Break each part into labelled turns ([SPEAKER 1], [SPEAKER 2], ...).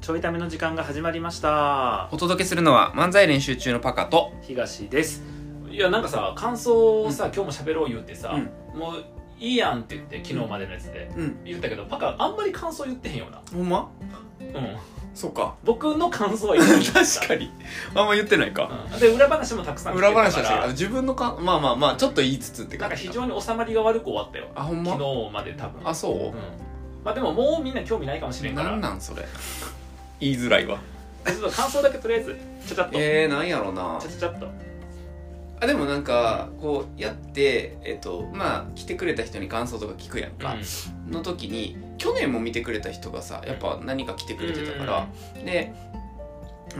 [SPEAKER 1] ちょいための時間が始まりました
[SPEAKER 2] お届けするのは漫才練習中のパカと
[SPEAKER 1] 東ですいやなんかさ感想をさ、今日も喋ろう言ってさ、もういいやんって言って昨日までのやつで
[SPEAKER 2] うん
[SPEAKER 1] 言ったけどパカあんまり感想言ってへんよな
[SPEAKER 2] ほんま
[SPEAKER 1] うん
[SPEAKER 2] そうか
[SPEAKER 1] 僕の感想は言って
[SPEAKER 2] 確かにあんま言ってないか、
[SPEAKER 1] うん、で裏話もたくさん聞け
[SPEAKER 2] 裏
[SPEAKER 1] たから
[SPEAKER 2] 話だしあの自分のかまあまあまあちょっと言いつつって
[SPEAKER 1] なん
[SPEAKER 2] 感
[SPEAKER 1] か
[SPEAKER 2] じ
[SPEAKER 1] 非常に収まりが悪く終わったよ
[SPEAKER 2] あほんま
[SPEAKER 1] 昨日まで多分
[SPEAKER 2] あそう、
[SPEAKER 1] うんまあでももうみんな興味ないかもしれんから
[SPEAKER 2] なんなんそれ言いづらいわ
[SPEAKER 1] ちょっと感想だけとりあえずちゃちゃっと、
[SPEAKER 2] えー、なんやろうな
[SPEAKER 1] ちゃちゃちゃっと
[SPEAKER 2] あでもなんかこうやってえっとまあ来てくれた人に感想とか聞くやんか、の時に去年も見てくれた人がさやっぱ何か来てくれてたから、で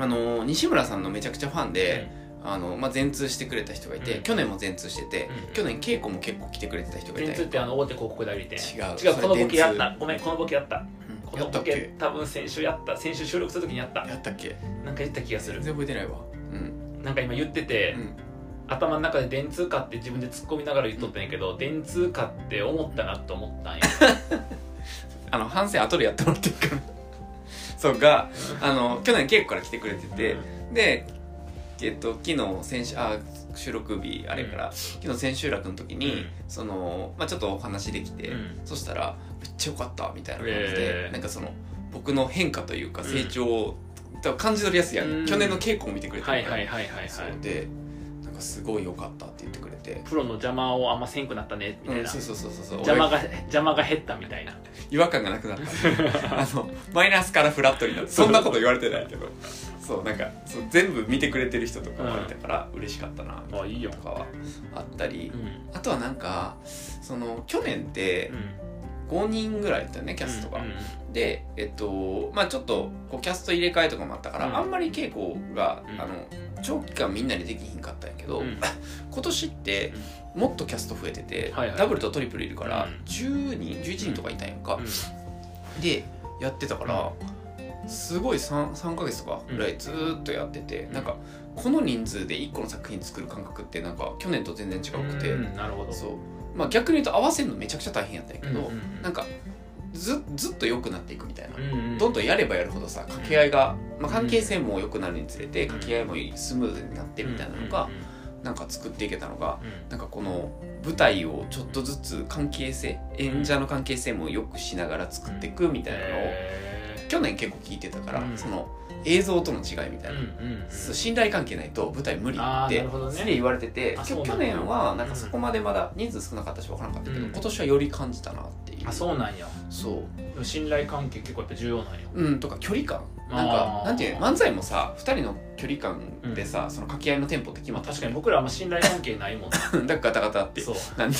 [SPEAKER 2] あの西村さんのめちゃくちゃファンで、あのまあ、全通してくれた人がいて、
[SPEAKER 1] うん
[SPEAKER 2] 去年も全通してて、
[SPEAKER 1] うん
[SPEAKER 2] 去年稽古も結構来てくれてた人がい
[SPEAKER 1] 電
[SPEAKER 2] て
[SPEAKER 1] 通ってあの大手広告代理店
[SPEAKER 2] 違う
[SPEAKER 1] 違うこのボケやっ
[SPEAKER 2] それ
[SPEAKER 1] たごめんこのボケやった
[SPEAKER 2] 電
[SPEAKER 1] こ
[SPEAKER 2] 通うんや
[SPEAKER 1] の
[SPEAKER 2] った
[SPEAKER 1] ボ
[SPEAKER 2] っ
[SPEAKER 1] ケ
[SPEAKER 2] け
[SPEAKER 1] 多分先週やった先週収録するときにやった
[SPEAKER 2] やったっけ
[SPEAKER 1] なんか言った気がす
[SPEAKER 2] 全
[SPEAKER 1] る
[SPEAKER 2] 然覚えてないわうん、
[SPEAKER 1] なんか今言ってて、
[SPEAKER 2] うん、
[SPEAKER 1] 頭の中で電通かって自分で突っ込みながら言っとったんやけど、電通かって思ったなと思 ったんや
[SPEAKER 2] あの反省後でやってもらっていいかな そうかあの去年稽古から来てくれてて、でえっと昨日先週あ収録日あれから、昨日千秋楽の時に、
[SPEAKER 1] うん
[SPEAKER 2] その、まあ、ちょっとお話できて、
[SPEAKER 1] うん
[SPEAKER 2] そしたらめっちゃ良かったみたいな感じで、
[SPEAKER 1] えー
[SPEAKER 2] なんかその僕の変化というか
[SPEAKER 1] うん
[SPEAKER 2] 成長を、多分感じ取りやすいやん、
[SPEAKER 1] うん
[SPEAKER 2] 去年の稽古を見てくれて
[SPEAKER 1] はいはいいはいはいは
[SPEAKER 2] そう
[SPEAKER 1] い
[SPEAKER 2] でなんかすごい良かったって言ってくれて。
[SPEAKER 1] プロの邪魔をあんませんくなったねみ
[SPEAKER 2] う
[SPEAKER 1] たい
[SPEAKER 2] ん、
[SPEAKER 1] な、
[SPEAKER 2] そうそうそうそうそう
[SPEAKER 1] 邪魔が邪魔が減ったみたいな
[SPEAKER 2] 違和感がなくなった あのマイナスからフラットになったそんなこと言われてないけどそうなんかそう全部見てくれてる人とかもいたから嬉しかったなみたい
[SPEAKER 1] あいい
[SPEAKER 2] な
[SPEAKER 1] よ
[SPEAKER 2] とかはあったり
[SPEAKER 1] う、ん
[SPEAKER 2] あとはなんかその去年って
[SPEAKER 1] うん
[SPEAKER 2] 5人ぐらいだったよねキャストが、
[SPEAKER 1] うんうん
[SPEAKER 2] でえっとまあちょっとこうキャスト入れ替えとかもあったから、
[SPEAKER 1] うん
[SPEAKER 2] あんまり稽古が、
[SPEAKER 1] うん
[SPEAKER 2] あの長期間みんなにできひんかったんやけど、
[SPEAKER 1] うん
[SPEAKER 2] 今年ってもっとキャスト増えてて、
[SPEAKER 1] はいはい
[SPEAKER 2] ダブルとトリプルいるから、
[SPEAKER 1] うん
[SPEAKER 2] 10人11人とかいたんやんか、
[SPEAKER 1] うん
[SPEAKER 2] でやってたから、すごい 3, 3ヶ月とかぐらいずーっとやってて、
[SPEAKER 1] うん
[SPEAKER 2] なんかこの人数で1個の作品作る感覚ってなんか去年と全然違くて、
[SPEAKER 1] うんなるほど
[SPEAKER 2] そうまあ逆に言うと合わせるのめちゃくちゃ大変やったんやけど、
[SPEAKER 1] うんうん
[SPEAKER 2] なんかずずっと良くなっていくみたいな、
[SPEAKER 1] うんうん
[SPEAKER 2] どんどんやればやるほどさ掛け合いが、まあ、関係性も良くなるにつれ
[SPEAKER 1] ん
[SPEAKER 2] て掛け合いもスムーズになってみたいなのが、
[SPEAKER 1] うんうんうん
[SPEAKER 2] なんか作っていけたのが
[SPEAKER 1] うん
[SPEAKER 2] なんかこの舞台をちょっとずつ関係性演者の関係性も良くしながら作っていくみたいなのを
[SPEAKER 1] へ
[SPEAKER 2] 去年結構聞いてたから、
[SPEAKER 1] うん
[SPEAKER 2] その映像との違いみた
[SPEAKER 1] ー
[SPEAKER 2] いな、
[SPEAKER 1] うんうんうん
[SPEAKER 2] そう信頼関係ないと舞台無理
[SPEAKER 1] あ
[SPEAKER 2] っ
[SPEAKER 1] ー
[SPEAKER 2] て
[SPEAKER 1] なるほどね
[SPEAKER 2] 常に言われてて、
[SPEAKER 1] あ
[SPEAKER 2] きょ
[SPEAKER 1] そう
[SPEAKER 2] 去
[SPEAKER 1] なんだ
[SPEAKER 2] 年はなんかそこまでまだ人数少なかったし分からなかったけど、
[SPEAKER 1] うん
[SPEAKER 2] 今年はより感じたなっていう
[SPEAKER 1] あそうなんや
[SPEAKER 2] そう
[SPEAKER 1] でも信頼関係結構やっぱ重要なんや
[SPEAKER 2] うんとか距離感なんか
[SPEAKER 1] あー
[SPEAKER 2] なんていうの漫才もさ2人の距離感でさ、その掛け合いのテンポって決ま
[SPEAKER 1] まあ
[SPEAKER 2] った
[SPEAKER 1] 確 かに僕らあんま信頼関係ないもんね
[SPEAKER 2] にだからガタガタって
[SPEAKER 1] そう
[SPEAKER 2] なんで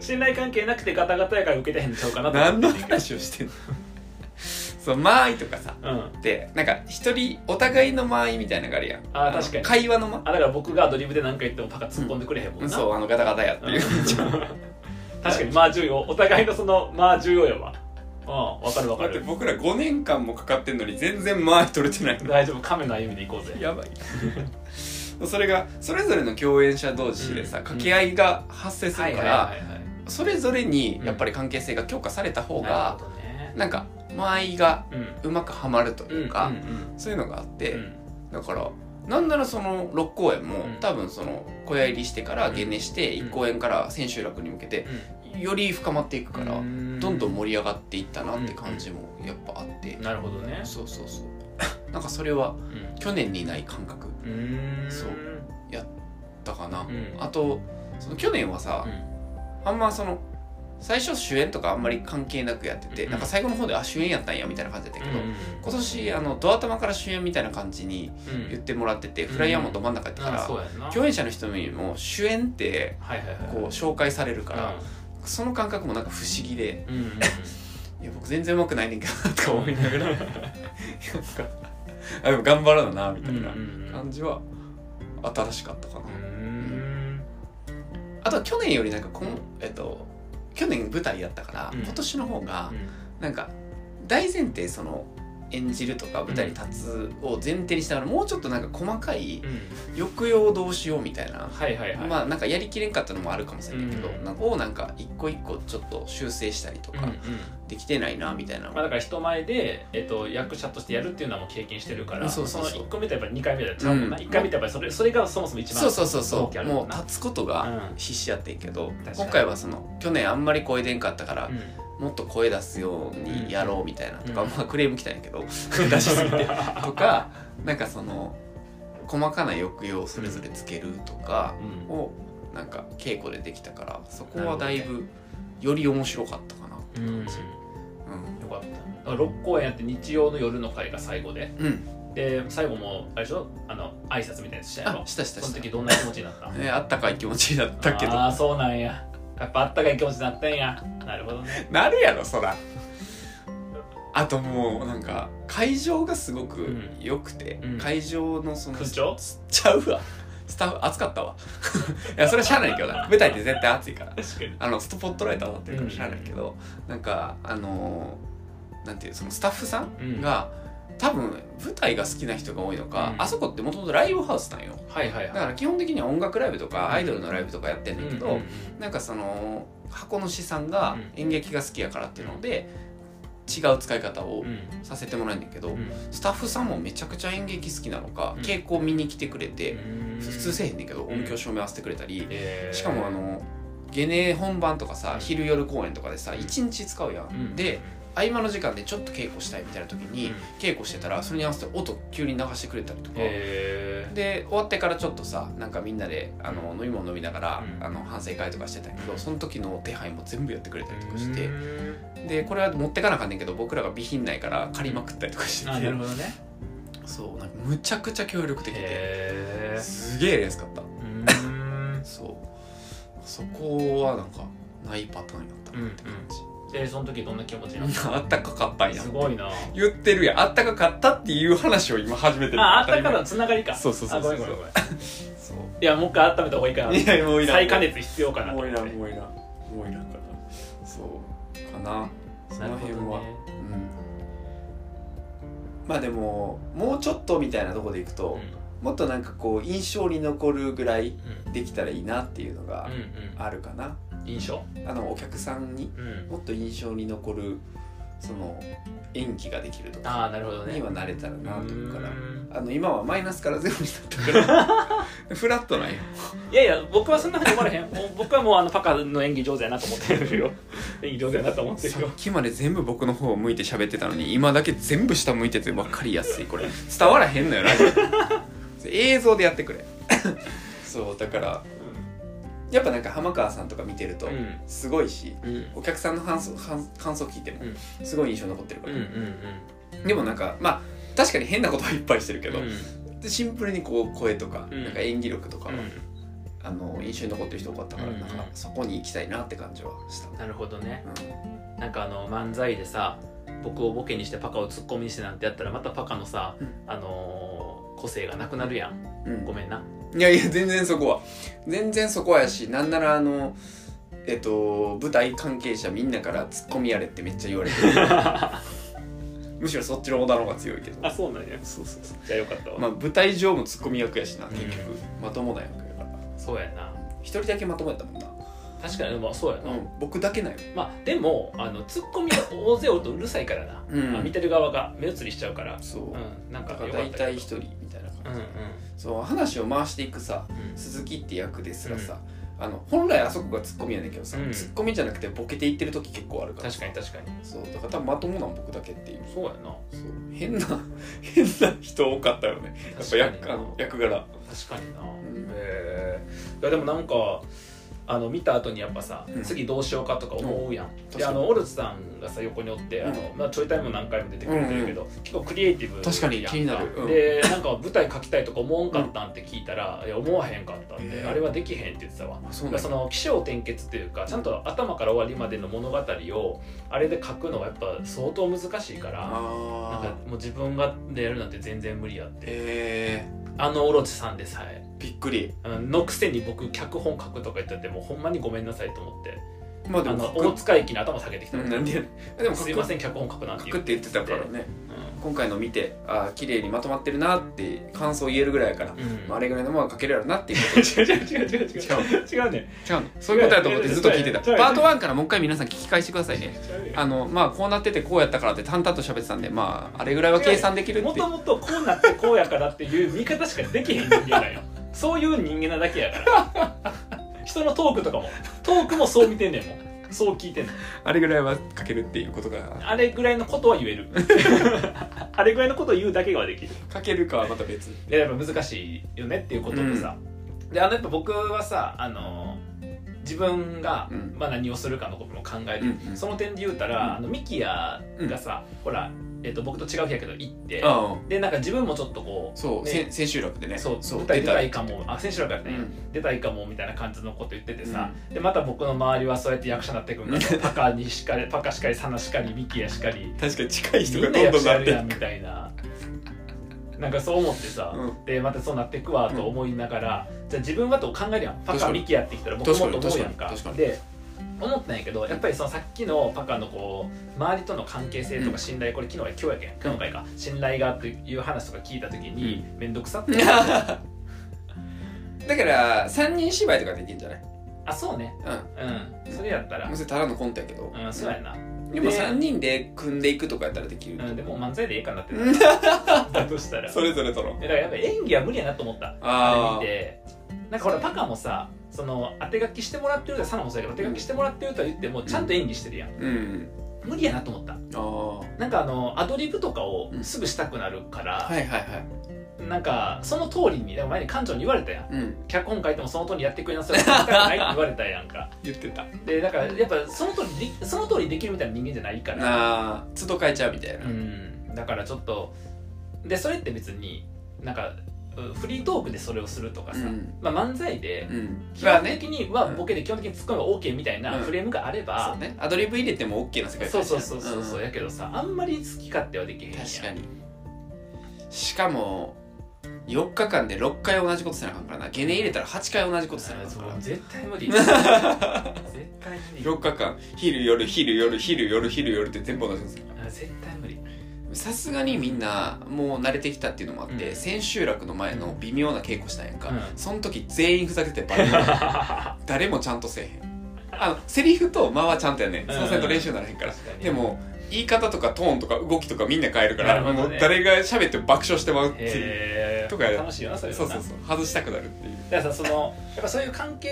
[SPEAKER 1] 信頼関係なくてガタガタやから受けてへんのちゃうかなと思
[SPEAKER 2] 何の話をしてんの そう間合いとかさ
[SPEAKER 1] うんあ
[SPEAKER 2] でなんか一人お互いの間合いみたいなのがあるやん
[SPEAKER 1] あー確かに
[SPEAKER 2] 会話の間
[SPEAKER 1] だから僕がアドリブで何か言ってもパカ突っ込んでくれへんもんな、
[SPEAKER 2] そうあのガタガタやって
[SPEAKER 1] うん
[SPEAKER 2] いう
[SPEAKER 1] 確かにまあ重要お互いのそのまあ重要やわうんわかるわか
[SPEAKER 2] だって
[SPEAKER 1] る
[SPEAKER 2] 僕ら5年間もかかってんのに全然間合い取れてないの
[SPEAKER 1] 大丈夫亀の歩みでいこうぜ
[SPEAKER 2] やばい それがそれぞれの共演者同士でさ、
[SPEAKER 1] うん
[SPEAKER 2] 掛け合いが発生す
[SPEAKER 1] は
[SPEAKER 2] る
[SPEAKER 1] い
[SPEAKER 2] か
[SPEAKER 1] はい
[SPEAKER 2] ら、
[SPEAKER 1] はいはい
[SPEAKER 2] それぞれにやっぱり関係性が強化された方
[SPEAKER 1] なる
[SPEAKER 2] が
[SPEAKER 1] ほ、どね
[SPEAKER 2] なんか間合いが
[SPEAKER 1] うん
[SPEAKER 2] うまくはまるというか、
[SPEAKER 1] うんうん
[SPEAKER 2] そういうのがあって、
[SPEAKER 1] うん
[SPEAKER 2] だからなんならその6公演も、
[SPEAKER 1] うん
[SPEAKER 2] 多分その小屋入りしてから減年して
[SPEAKER 1] うん
[SPEAKER 2] 1公演から千秋楽に向けてより深まっていくから、
[SPEAKER 1] うん
[SPEAKER 2] どんどん盛り上がっていったなって感じもやっぱあって、
[SPEAKER 1] なるほどね
[SPEAKER 2] そうそうそう なんかそれは
[SPEAKER 1] うん
[SPEAKER 2] 去年にない感覚
[SPEAKER 1] うーん
[SPEAKER 2] そうだかな、
[SPEAKER 1] うん
[SPEAKER 2] あとその去年はさ
[SPEAKER 1] う、ん
[SPEAKER 2] あんまその最初主演とかあんまり関係なくやってて、
[SPEAKER 1] うん
[SPEAKER 2] なんか最後の方であ主演やったんやみたいな感じだったけど、
[SPEAKER 1] う
[SPEAKER 2] 今年あのドア頭から主演みたいな感じに
[SPEAKER 1] んうん
[SPEAKER 2] 言ってもらってて、フライヤーもど真ん中やったか
[SPEAKER 1] あ
[SPEAKER 2] ら、
[SPEAKER 1] そうやんな
[SPEAKER 2] 共演者の人にも主演って
[SPEAKER 1] はいはいはい
[SPEAKER 2] こう紹介されるから、その感覚もなんか不思議で
[SPEAKER 1] うんうんう ん
[SPEAKER 2] いや僕全然うまくないねんけどなとか
[SPEAKER 1] うん
[SPEAKER 2] 思いな がらなんか あでも頑張らななみた
[SPEAKER 1] うん
[SPEAKER 2] い
[SPEAKER 1] うん
[SPEAKER 2] な感じは新しかったかな、
[SPEAKER 1] うん
[SPEAKER 2] あとは去年よりなんかこの、えっと、去年舞台やったから、
[SPEAKER 1] うん
[SPEAKER 2] 今年の方が
[SPEAKER 1] うん
[SPEAKER 2] なんか大前提その演じるとか舞台に立つを前提にしながらもうちょっとなんか細かい
[SPEAKER 1] うん
[SPEAKER 2] 抑揚をどうしようみたいな
[SPEAKER 1] はいはいはい、
[SPEAKER 2] まあなんかやりきれんかったのもあるかもしれないけど、
[SPEAKER 1] うん
[SPEAKER 2] なんかをなんか一個一個ちょっと修正したりと
[SPEAKER 1] うんう
[SPEAKER 2] か
[SPEAKER 1] ん
[SPEAKER 2] できてないなみたいなの
[SPEAKER 1] まあ、だから人前で、えっと、役者としてやるっていうのはもう経験してるから
[SPEAKER 2] そうそうそう
[SPEAKER 1] の1個目とやっぱり2回目だちゃうもんな、
[SPEAKER 2] うん
[SPEAKER 1] 1回目とやっぱりそれそれがそもそも一番
[SPEAKER 2] そうそうそうそ
[SPEAKER 1] 動機あ
[SPEAKER 2] う
[SPEAKER 1] るも
[SPEAKER 2] も
[SPEAKER 1] ん
[SPEAKER 2] う
[SPEAKER 1] な
[SPEAKER 2] 立つことが必死やってんけど、
[SPEAKER 1] かに
[SPEAKER 2] 今回はその去年あんまり声出んかったから
[SPEAKER 1] う、ん
[SPEAKER 2] もっと声出すようにやろうみたいなとか、
[SPEAKER 1] うん
[SPEAKER 2] まあクレーム来たんやけど出し すぎてとかなんかその細かな抑揚をそれぞれつけるとか
[SPEAKER 1] うん
[SPEAKER 2] をなんか稽古でできたからそこはだいぶより面白かったかなって感じ。
[SPEAKER 1] よかった6公演やって日曜の夜の会が最後で
[SPEAKER 2] うん、うん、
[SPEAKER 1] で最後もあれでしょあの挨拶みたいなやつしたや
[SPEAKER 2] あ
[SPEAKER 1] ろ
[SPEAKER 2] したした
[SPEAKER 1] その
[SPEAKER 2] した
[SPEAKER 1] 時どんな気持ちになった
[SPEAKER 2] ね、あったかい気持ちになったけど
[SPEAKER 1] ああそうなんややっぱあったかい気持ちになったんやなるほど ね
[SPEAKER 2] なるやろそらあともうなんか会場がすごく良くて、
[SPEAKER 1] うん
[SPEAKER 2] 会場のその
[SPEAKER 1] 空調
[SPEAKER 2] ちゃうわスタッフ暑かったわ いやそれはしゃあないけどな舞台って絶対暑いから
[SPEAKER 1] 確かに
[SPEAKER 2] あのスポットライト当たってるからしゃあないけど、なんかあのーなんていうそのスタッフさんが、多分舞台が好きな人が多いのか、
[SPEAKER 1] うん
[SPEAKER 2] あそこってもともとライブハウスなんよ
[SPEAKER 1] はいはい
[SPEAKER 2] だ
[SPEAKER 1] はい
[SPEAKER 2] から基本的には音楽ライブと
[SPEAKER 1] うん
[SPEAKER 2] かアイドルのライブとかやってんだけど、
[SPEAKER 1] うんうん
[SPEAKER 2] なんかその箱の師さんが演劇が好きやからっていうので、違う使い方を
[SPEAKER 1] うん
[SPEAKER 2] させてもらうんだけど、
[SPEAKER 1] うん
[SPEAKER 2] スタッフさんもめちゃくちゃ演劇好きなのか、
[SPEAKER 1] うん
[SPEAKER 2] 稽古を見に来てくれて、
[SPEAKER 1] うん
[SPEAKER 2] 普通せえへんねんけど音響照明合わせてくれたり、
[SPEAKER 1] えー
[SPEAKER 2] しかもあのゲネ本番とかさ、
[SPEAKER 1] うん
[SPEAKER 2] 昼夜公演とかでさ1日使うやん、
[SPEAKER 1] うん
[SPEAKER 2] で合間の時間でちょっと稽古したいみたいな時
[SPEAKER 1] うん
[SPEAKER 2] に、稽古してたらそれに合わせて音急に流してくれたりとか、
[SPEAKER 1] え
[SPEAKER 2] で終わってからちょっとさなんかみんなであの飲み物飲みながら、
[SPEAKER 1] うん
[SPEAKER 2] あの反省会とかしてたんやけ
[SPEAKER 1] う
[SPEAKER 2] ど
[SPEAKER 1] ん
[SPEAKER 2] その時の手配も全部やってくれたりと
[SPEAKER 1] ー
[SPEAKER 2] かして
[SPEAKER 1] う、
[SPEAKER 2] でこれは持ってかなあかんねんけど僕らが備品ないから借りまくったりとかして
[SPEAKER 1] んあ
[SPEAKER 2] て、
[SPEAKER 1] なるほどね
[SPEAKER 2] そうなんかむちゃくちゃ協力的で、
[SPEAKER 1] へえ
[SPEAKER 2] すげえレースかった
[SPEAKER 1] うん
[SPEAKER 2] そうそこはなんかないパターンやったなって感じ、
[SPEAKER 1] でその時どんな気持ちになっ
[SPEAKER 2] あったかかった
[SPEAKER 1] た
[SPEAKER 2] んや
[SPEAKER 1] すご いな
[SPEAKER 2] 言ってるやんあったかかったっていう話を今始めてる
[SPEAKER 1] ああったかなつながりか
[SPEAKER 2] そうそうそう
[SPEAKER 1] あ
[SPEAKER 2] そ
[SPEAKER 1] ご
[SPEAKER 2] う
[SPEAKER 1] めんごめんごめん
[SPEAKER 2] そう
[SPEAKER 1] いやもう一回温めた方がいいかない
[SPEAKER 2] やもういらん
[SPEAKER 1] 再加熱必要かなと
[SPEAKER 2] もうい
[SPEAKER 1] 思
[SPEAKER 2] ら
[SPEAKER 1] っ
[SPEAKER 2] ん
[SPEAKER 1] て
[SPEAKER 2] もういらんもういらんからそうかなそ
[SPEAKER 1] なる
[SPEAKER 2] の
[SPEAKER 1] ほ
[SPEAKER 2] 辺
[SPEAKER 1] ど
[SPEAKER 2] は、
[SPEAKER 1] ね
[SPEAKER 2] うんまあでももうちょっとみたいなところでいく
[SPEAKER 1] う
[SPEAKER 2] と
[SPEAKER 1] ん、
[SPEAKER 2] もっとなんかこう印象に残るぐらい
[SPEAKER 1] うん
[SPEAKER 2] できたらいいなっていうのが
[SPEAKER 1] うんうん
[SPEAKER 2] あるかな、
[SPEAKER 1] 印象
[SPEAKER 2] あのお客さんに
[SPEAKER 1] うん
[SPEAKER 2] もっと印象に残るその演技ができるとか
[SPEAKER 1] ああなるほどね
[SPEAKER 2] にはなれたらなと思うから
[SPEAKER 1] うん
[SPEAKER 2] あの今はマイナスからゼロになったか らフラットなんよ
[SPEAKER 1] いやいや僕はそんなふうに思われへんもう僕はもうあのパカの演技上手やなと思ってるよ 演技上手やなと思って
[SPEAKER 2] さ
[SPEAKER 1] るよ
[SPEAKER 2] っきまで全部僕の方を向いて喋ってたのに今だけ全部下向いてて分かりやすいこれ伝わらへんのよラジオ映像でやってくれそうだからやっぱなんか浜川さんとか見てると
[SPEAKER 1] うん
[SPEAKER 2] すごいし、
[SPEAKER 1] うんうん
[SPEAKER 2] お客さんの感想感感想聞いても
[SPEAKER 1] うん
[SPEAKER 2] すごい印象残ってるか
[SPEAKER 1] う
[SPEAKER 2] ら、
[SPEAKER 1] んうん
[SPEAKER 2] でもなんかまあ確かに変なことはいっぱいしてるけ
[SPEAKER 1] うん
[SPEAKER 2] ど、でシンプルにこう声とか,、
[SPEAKER 1] うん
[SPEAKER 2] なんか演技力とか
[SPEAKER 1] う
[SPEAKER 2] は、
[SPEAKER 1] ん
[SPEAKER 2] あの印象に残ってる人多かったから、
[SPEAKER 1] うんうん
[SPEAKER 2] なんかそこに行きたいなって感じはした、
[SPEAKER 1] なるほどね
[SPEAKER 2] う
[SPEAKER 1] なんかあの漫才でさ僕をボケにしてパカをツッコミにしてなんてやったらまたパカのさ、
[SPEAKER 2] うん
[SPEAKER 1] あのー個性がなくなるやん
[SPEAKER 2] ん
[SPEAKER 1] ごめんな
[SPEAKER 2] うん、いやいや全然そこは全然そこはやしなんならあのえっと舞台関係者みんなからツッコミやれってめっちゃ言われてるむしろそっちのオーダーの方が強いけど
[SPEAKER 1] あそうなんやそうそうそうじゃあよかったわ、
[SPEAKER 2] まあ舞台上もツッコミ役やしな結局、
[SPEAKER 1] うん
[SPEAKER 2] まともな役やから
[SPEAKER 1] そうやな
[SPEAKER 2] 一人だけまともやったもんな、
[SPEAKER 1] 確かにまあそうやな、
[SPEAKER 2] うん、僕だけなんよ
[SPEAKER 1] まあでもあのツッコミが大勢おるとうるさいからな、
[SPEAKER 2] うん
[SPEAKER 1] あ見てる側が目移りしちゃうから
[SPEAKER 2] そう、
[SPEAKER 1] うんなんか
[SPEAKER 2] だから
[SPEAKER 1] よかっ
[SPEAKER 2] 大
[SPEAKER 1] た
[SPEAKER 2] 体一
[SPEAKER 1] けど
[SPEAKER 2] 人みたいな感じ、
[SPEAKER 1] うんうん
[SPEAKER 2] そう話を回していくさ
[SPEAKER 1] うん
[SPEAKER 2] 鈴木って役ですらさ、あの本来あそこがツッコミやねんけどさ、
[SPEAKER 1] うん
[SPEAKER 2] ツッコミじゃなくてボケていってる時結構あるから
[SPEAKER 1] 確かに確かに
[SPEAKER 2] そうだから多分まともなん僕だけっていう
[SPEAKER 1] そうやな
[SPEAKER 2] そう変な 変な人多かったよねやっぱ
[SPEAKER 1] 確
[SPEAKER 2] 役
[SPEAKER 1] か
[SPEAKER 2] あ
[SPEAKER 1] に
[SPEAKER 2] の役柄
[SPEAKER 1] 確かにな、
[SPEAKER 2] ん
[SPEAKER 1] へえいやでもなんかあの見た後にやっぱさ、
[SPEAKER 2] うん
[SPEAKER 1] 次どうしようかとか思うやん、
[SPEAKER 2] 確かに
[SPEAKER 1] であのオルツさんがさ横におって、あのまあ、ちょいタイムも何回も出てくれてるけど、結構クリエイティブやん
[SPEAKER 2] 確かに気になるうん
[SPEAKER 1] でなんか舞台書きたいとか思わんかったんって聞いたら、いや思わへんかったんで、
[SPEAKER 2] へえ
[SPEAKER 1] あれはできへんって言ってたわ
[SPEAKER 2] あそ
[SPEAKER 1] だ
[SPEAKER 2] う
[SPEAKER 1] から
[SPEAKER 2] なん
[SPEAKER 1] そ
[SPEAKER 2] だ
[SPEAKER 1] の起承転結っていうかちゃんと頭から終わりまでの物語をあれで書くのはやっぱ相当難しいからなんか
[SPEAKER 2] あ
[SPEAKER 1] もう自分がでやるなんて全然無理やって
[SPEAKER 2] え
[SPEAKER 1] あのオロチさんでさえ
[SPEAKER 2] ー、びっくり
[SPEAKER 1] うんのくせに僕脚本書くとか言っちゃってもうほんまにごめんなさいと思って
[SPEAKER 2] まあ
[SPEAKER 1] あ
[SPEAKER 2] でも
[SPEAKER 1] の
[SPEAKER 2] 書
[SPEAKER 1] 大
[SPEAKER 2] く
[SPEAKER 1] 塚駅に頭下げてきた
[SPEAKER 2] う
[SPEAKER 1] の
[SPEAKER 2] んなんでやねんでも書
[SPEAKER 1] す
[SPEAKER 2] く
[SPEAKER 1] いません脚本書くなん
[SPEAKER 2] 書
[SPEAKER 1] て
[SPEAKER 2] く
[SPEAKER 1] 言
[SPEAKER 2] って言ってたからね
[SPEAKER 1] うん
[SPEAKER 2] 今回の見てあー綺麗にまとまってるなって感想言えるぐらいやから、まあ、あ
[SPEAKER 1] れ
[SPEAKER 2] れぐらいのものは書けるやろなっていう こ
[SPEAKER 1] 違う違う違う違う違う
[SPEAKER 2] 違
[SPEAKER 1] 違うね
[SPEAKER 2] と違うの そういうことやと思ってずっと聞いてた
[SPEAKER 1] 違う違う違う
[SPEAKER 2] パート1からもう一回皆さん聞き返してくださいね
[SPEAKER 1] 違うよ
[SPEAKER 2] あのまあこうなっててこうやったからって淡々と喋ってたんでまああれぐらいは計算できる
[SPEAKER 1] も
[SPEAKER 2] って
[SPEAKER 1] ともとこうなってこうやからっていう見方しかできへん人間なんよ そういう人間なだけやから 人のトークとかもトークもそう見てんねんもんそう聞いてんねん
[SPEAKER 2] あれぐらいは書けるっていうことが
[SPEAKER 1] あれぐらいのことは言える あれぐらいのことを言うだけができる
[SPEAKER 2] 書けるかはまた別
[SPEAKER 1] いややっぱ難しいよねっていうことでさ、であのやっぱ僕はさあの自分が、
[SPEAKER 2] うん
[SPEAKER 1] まあ、何をするかのことも考えて、
[SPEAKER 2] うんうん
[SPEAKER 1] その点で言うたら、
[SPEAKER 2] うん
[SPEAKER 1] あのミキヤがさ、ほら、えっと僕と違う日やけど行って
[SPEAKER 2] ああ
[SPEAKER 1] でなんか自分もちょっとこう
[SPEAKER 2] そう、
[SPEAKER 1] ね
[SPEAKER 2] せ千秋楽でね
[SPEAKER 1] そう
[SPEAKER 2] そう
[SPEAKER 1] 出たい
[SPEAKER 2] 出
[SPEAKER 1] 出
[SPEAKER 2] た
[SPEAKER 1] た
[SPEAKER 2] い
[SPEAKER 1] いかもあ選手らから
[SPEAKER 2] う
[SPEAKER 1] ね、
[SPEAKER 2] ん
[SPEAKER 1] 出たいかもみたいな感じのこと言っててさ、でまた僕の周りはそうやって役者になってくるんだよパカにしかりパカしかりサナしかりミキヤしかり
[SPEAKER 2] 確かに近い
[SPEAKER 1] みんな役者やるやんみたいななんかそう思ってさ、
[SPEAKER 2] うん
[SPEAKER 1] でまたそうなってくわと思いながら、じゃあ自分はと考えるやんパ
[SPEAKER 2] 確か
[SPEAKER 1] カ
[SPEAKER 2] に
[SPEAKER 1] ミキヤってきたら僕
[SPEAKER 2] 確か
[SPEAKER 1] も
[SPEAKER 2] に
[SPEAKER 1] と思うやんか
[SPEAKER 2] 確かに確かに
[SPEAKER 1] で思ったんやけどやっぱりそのさっきのパカのこう周りとの関係性とか信頼、これ昨日や今日やけん今回か信頼がという話とか聞いた時に面倒く さって思って
[SPEAKER 2] だから三人芝居とかできるんじゃない
[SPEAKER 1] あそうね
[SPEAKER 2] う
[SPEAKER 1] うんそれやったら
[SPEAKER 2] んもせただのコントやけど、
[SPEAKER 1] うんそうやな
[SPEAKER 2] でも
[SPEAKER 1] で
[SPEAKER 2] 三人で組んでいくとかやったらできる、
[SPEAKER 1] うんでも漫才でええかなって
[SPEAKER 2] う ん
[SPEAKER 1] だとしたら
[SPEAKER 2] それぞれとの
[SPEAKER 1] だからやっぱ演技は無理やなと思った
[SPEAKER 2] あー
[SPEAKER 1] あれ見てなんかほらパカもさその当て書きしてもらってるとはサナもそうやけど当て書きしてもらってるとは言ってもちゃんと演技してるやん
[SPEAKER 2] うん
[SPEAKER 1] 無理やなと思った
[SPEAKER 2] ああは
[SPEAKER 1] なんかあのアドリブとかを
[SPEAKER 2] うん
[SPEAKER 1] すぐしたくなるか
[SPEAKER 2] い
[SPEAKER 1] ら、
[SPEAKER 2] はいはい
[SPEAKER 1] なんかその通りにでも前に館長に言われたやん
[SPEAKER 2] うん
[SPEAKER 1] 脚本書いてもその通りやってくれなさいやりたくないって言われたやんか
[SPEAKER 2] 言ってた
[SPEAKER 1] でだからやっぱその通りでその通りできるみたいな人間じゃないから
[SPEAKER 2] ああ都度変えちゃうみたいな、
[SPEAKER 1] うんだからちょっとでそれって別になんかうフリートークでそれをするとかさ、
[SPEAKER 2] うん
[SPEAKER 1] まあ、漫才で
[SPEAKER 2] うん
[SPEAKER 1] 基
[SPEAKER 2] まあ
[SPEAKER 1] 本
[SPEAKER 2] ね
[SPEAKER 1] 的には
[SPEAKER 2] うん
[SPEAKER 1] ボケで基本的にツッコミが OK みたいな
[SPEAKER 2] うん
[SPEAKER 1] フレームがあれ
[SPEAKER 2] そ
[SPEAKER 1] ば
[SPEAKER 2] う、ねアドリブ入れても OK な世界
[SPEAKER 1] そう
[SPEAKER 2] 観じ
[SPEAKER 1] そ
[SPEAKER 2] ゃ
[SPEAKER 1] うんそうそうそう、
[SPEAKER 2] ん
[SPEAKER 1] やけどさあんまり好き勝手はできへんやん
[SPEAKER 2] 確かにしかも4日間で6回同じことせなあかんからなゲネ入れたら8回同じことせなあかんから
[SPEAKER 1] そう絶対無 理絶対無理
[SPEAKER 2] 6日間昼夜昼夜昼夜昼夜って全部同じことする
[SPEAKER 1] あ絶対無理
[SPEAKER 2] さすがにみんなもう慣れてきたっていうのもあって、
[SPEAKER 1] うん
[SPEAKER 2] 千秋楽の前の微妙な稽古したんやんか、
[SPEAKER 1] うん
[SPEAKER 2] その時全員ふざけてバレ る誰もちゃんとせえへんあのセリフと間はちゃんとやねん
[SPEAKER 1] うん
[SPEAKER 2] そうせんと練習にならへんから
[SPEAKER 1] 確かに
[SPEAKER 2] でも言い方とかトーンとか動きとかみんな変えるか
[SPEAKER 1] な
[SPEAKER 2] ら
[SPEAKER 1] るほどね
[SPEAKER 2] もう誰が喋って爆笑してまうっていう
[SPEAKER 1] へー
[SPEAKER 2] とかや
[SPEAKER 1] 楽しいよなそれは
[SPEAKER 2] そ
[SPEAKER 1] な
[SPEAKER 2] うそうそう外したくなるっていう
[SPEAKER 1] だからさそのやっぱそういう関係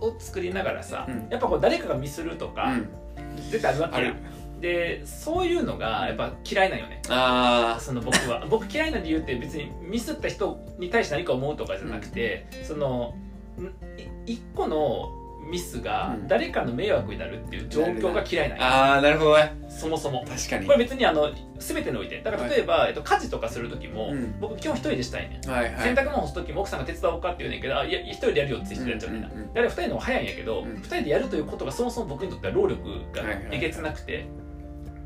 [SPEAKER 1] を作りながらさ、
[SPEAKER 2] うん
[SPEAKER 1] やっぱこう誰かがミスるとか、
[SPEAKER 2] うん
[SPEAKER 1] 絶対あるわ
[SPEAKER 2] あ
[SPEAKER 1] けや
[SPEAKER 2] る
[SPEAKER 1] んでそういうのがやっぱ嫌いなんよね
[SPEAKER 2] あ
[SPEAKER 1] その僕は 僕嫌いな理由って別にミスった人に対して何か思うとかじゃなくて、そのんい一個のミスが
[SPEAKER 2] うん
[SPEAKER 1] 誰かの迷惑になるっていう状況が嫌いなんよ、
[SPEAKER 2] ああなるほどね
[SPEAKER 1] そもそも
[SPEAKER 2] 確かに
[SPEAKER 1] これ別にあの全てにおいてだから例えば、えっと、家事とかする時も、
[SPEAKER 2] うん
[SPEAKER 1] 僕基本一人でしたいねん
[SPEAKER 2] はいは
[SPEAKER 1] 洗
[SPEAKER 2] い
[SPEAKER 1] 濯物干す時も奥さんが手伝おうかって言うねんけどあいや一人でやるよって一人でやっちゃうみたいな、
[SPEAKER 2] うんうんうん
[SPEAKER 1] であれ二人の方が早いんやけど、
[SPEAKER 2] う
[SPEAKER 1] 二
[SPEAKER 2] ん
[SPEAKER 1] 人でやるということがそもそも僕にとっては労力が
[SPEAKER 2] はいはいはい
[SPEAKER 1] えげつなくて、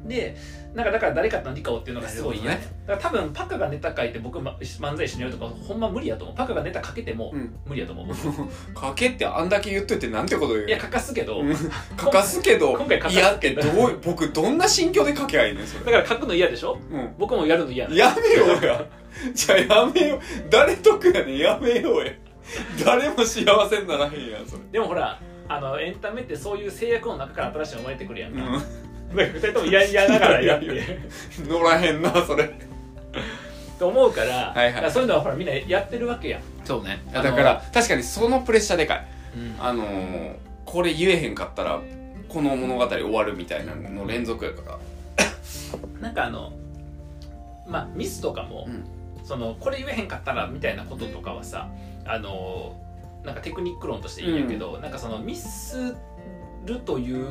[SPEAKER 1] でなんかだから誰かと何かをっていうのがすごい嫌
[SPEAKER 2] な
[SPEAKER 1] ね
[SPEAKER 2] るほ
[SPEAKER 1] だから多分パカがネタ書いて僕ま漫才一緒にやるとかほんま無理やと思うパカがネタ書けても
[SPEAKER 2] うん
[SPEAKER 1] 無理やと思う、
[SPEAKER 2] かけってあんだけ言っといてなんてこと言う
[SPEAKER 1] いや書かすけど、
[SPEAKER 2] う
[SPEAKER 1] だ
[SPEAKER 2] んかかすけど
[SPEAKER 1] 今回かか
[SPEAKER 2] い
[SPEAKER 1] す
[SPEAKER 2] やってどう僕どんな心境で書けばいいねんそれ、
[SPEAKER 1] から書くの嫌でしょ
[SPEAKER 2] うん、
[SPEAKER 1] 僕もやるの嫌なの
[SPEAKER 2] やめようやじゃあやめよう誰得やねんやめようや誰も幸せにならへんやんそれ
[SPEAKER 1] でもほらあのエンタメってそういう制約の中から新しいの生まれてくるやん
[SPEAKER 2] う
[SPEAKER 1] か、
[SPEAKER 2] ん
[SPEAKER 1] だから二人とも嫌々ながらやっ
[SPEAKER 2] いやいや
[SPEAKER 1] て
[SPEAKER 2] 乗らへんなそれ
[SPEAKER 1] と思うから,、
[SPEAKER 2] はいはい
[SPEAKER 1] そういうのはほらみんなやってるわけやん、
[SPEAKER 2] そうね
[SPEAKER 1] あの
[SPEAKER 2] だから確かにそのプレッシャーでかい
[SPEAKER 1] うん
[SPEAKER 2] あのーこれ言えへんかったらこの物語終わるみたいなのの連続やから
[SPEAKER 1] なんかあのまあミスとかも、
[SPEAKER 2] うん
[SPEAKER 1] そのこれ言えへんかったらみたいなこととかはさあのなんかテクニック論としていいんやけど、なんかそのミスるという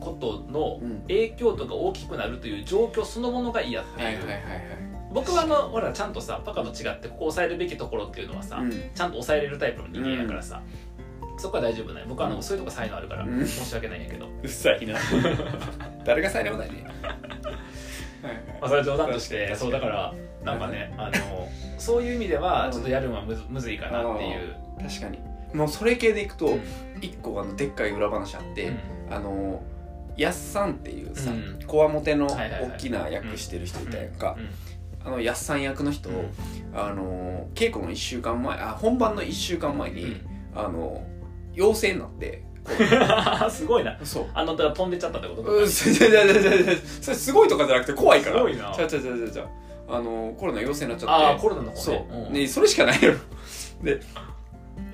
[SPEAKER 1] ことの
[SPEAKER 2] うん
[SPEAKER 1] 影響とか大きくなるという状況そのものが嫌って、
[SPEAKER 2] はいいうはいはいはい
[SPEAKER 1] 僕はあのほらちゃんとさパカと違ってここ抑えるべきところっていうのはさ、
[SPEAKER 2] うん
[SPEAKER 1] ちゃんと抑えれるタイプの人間やからさ、そこは大丈夫ない僕はあのそういうとこ才能あるから、
[SPEAKER 2] うん
[SPEAKER 1] 申し訳ないんやけど、
[SPEAKER 2] うっさいな 誰がされもないねはいはい
[SPEAKER 1] まあ、それは冗談として
[SPEAKER 2] 確か
[SPEAKER 1] そう
[SPEAKER 2] に
[SPEAKER 1] だからなんかねあのそういう意味ではちょっとやるのはむずむずいかなっていう、
[SPEAKER 2] 確かにもうそれ系でいく
[SPEAKER 1] う
[SPEAKER 2] と
[SPEAKER 1] ん
[SPEAKER 2] 一個あのでっかい裏話あって、あのやっさんっていうさ
[SPEAKER 1] うん
[SPEAKER 2] こわもての
[SPEAKER 1] はいはいはい
[SPEAKER 2] 大きな役してる人いたやんか
[SPEAKER 1] うん
[SPEAKER 2] あのやっさん役の人を、
[SPEAKER 1] うん
[SPEAKER 2] あの稽古の1週間前あ本番の1週間前に、
[SPEAKER 1] うん
[SPEAKER 2] あの陽性に なってこ
[SPEAKER 1] すごいな
[SPEAKER 2] うそう
[SPEAKER 1] あのだから飛んでっちゃったってこと
[SPEAKER 2] うんそれそれそれそれそれすごいとかじゃなくて怖いから
[SPEAKER 1] すごいな
[SPEAKER 2] ちゃうちゃうちゃうちゃうちゃうあのコロナ陽性になっち
[SPEAKER 1] あ
[SPEAKER 2] ゃ
[SPEAKER 1] あ
[SPEAKER 2] って
[SPEAKER 1] コロナの方
[SPEAKER 2] そ
[SPEAKER 1] ね
[SPEAKER 2] う、
[SPEAKER 1] ん
[SPEAKER 2] ね、それしかないよで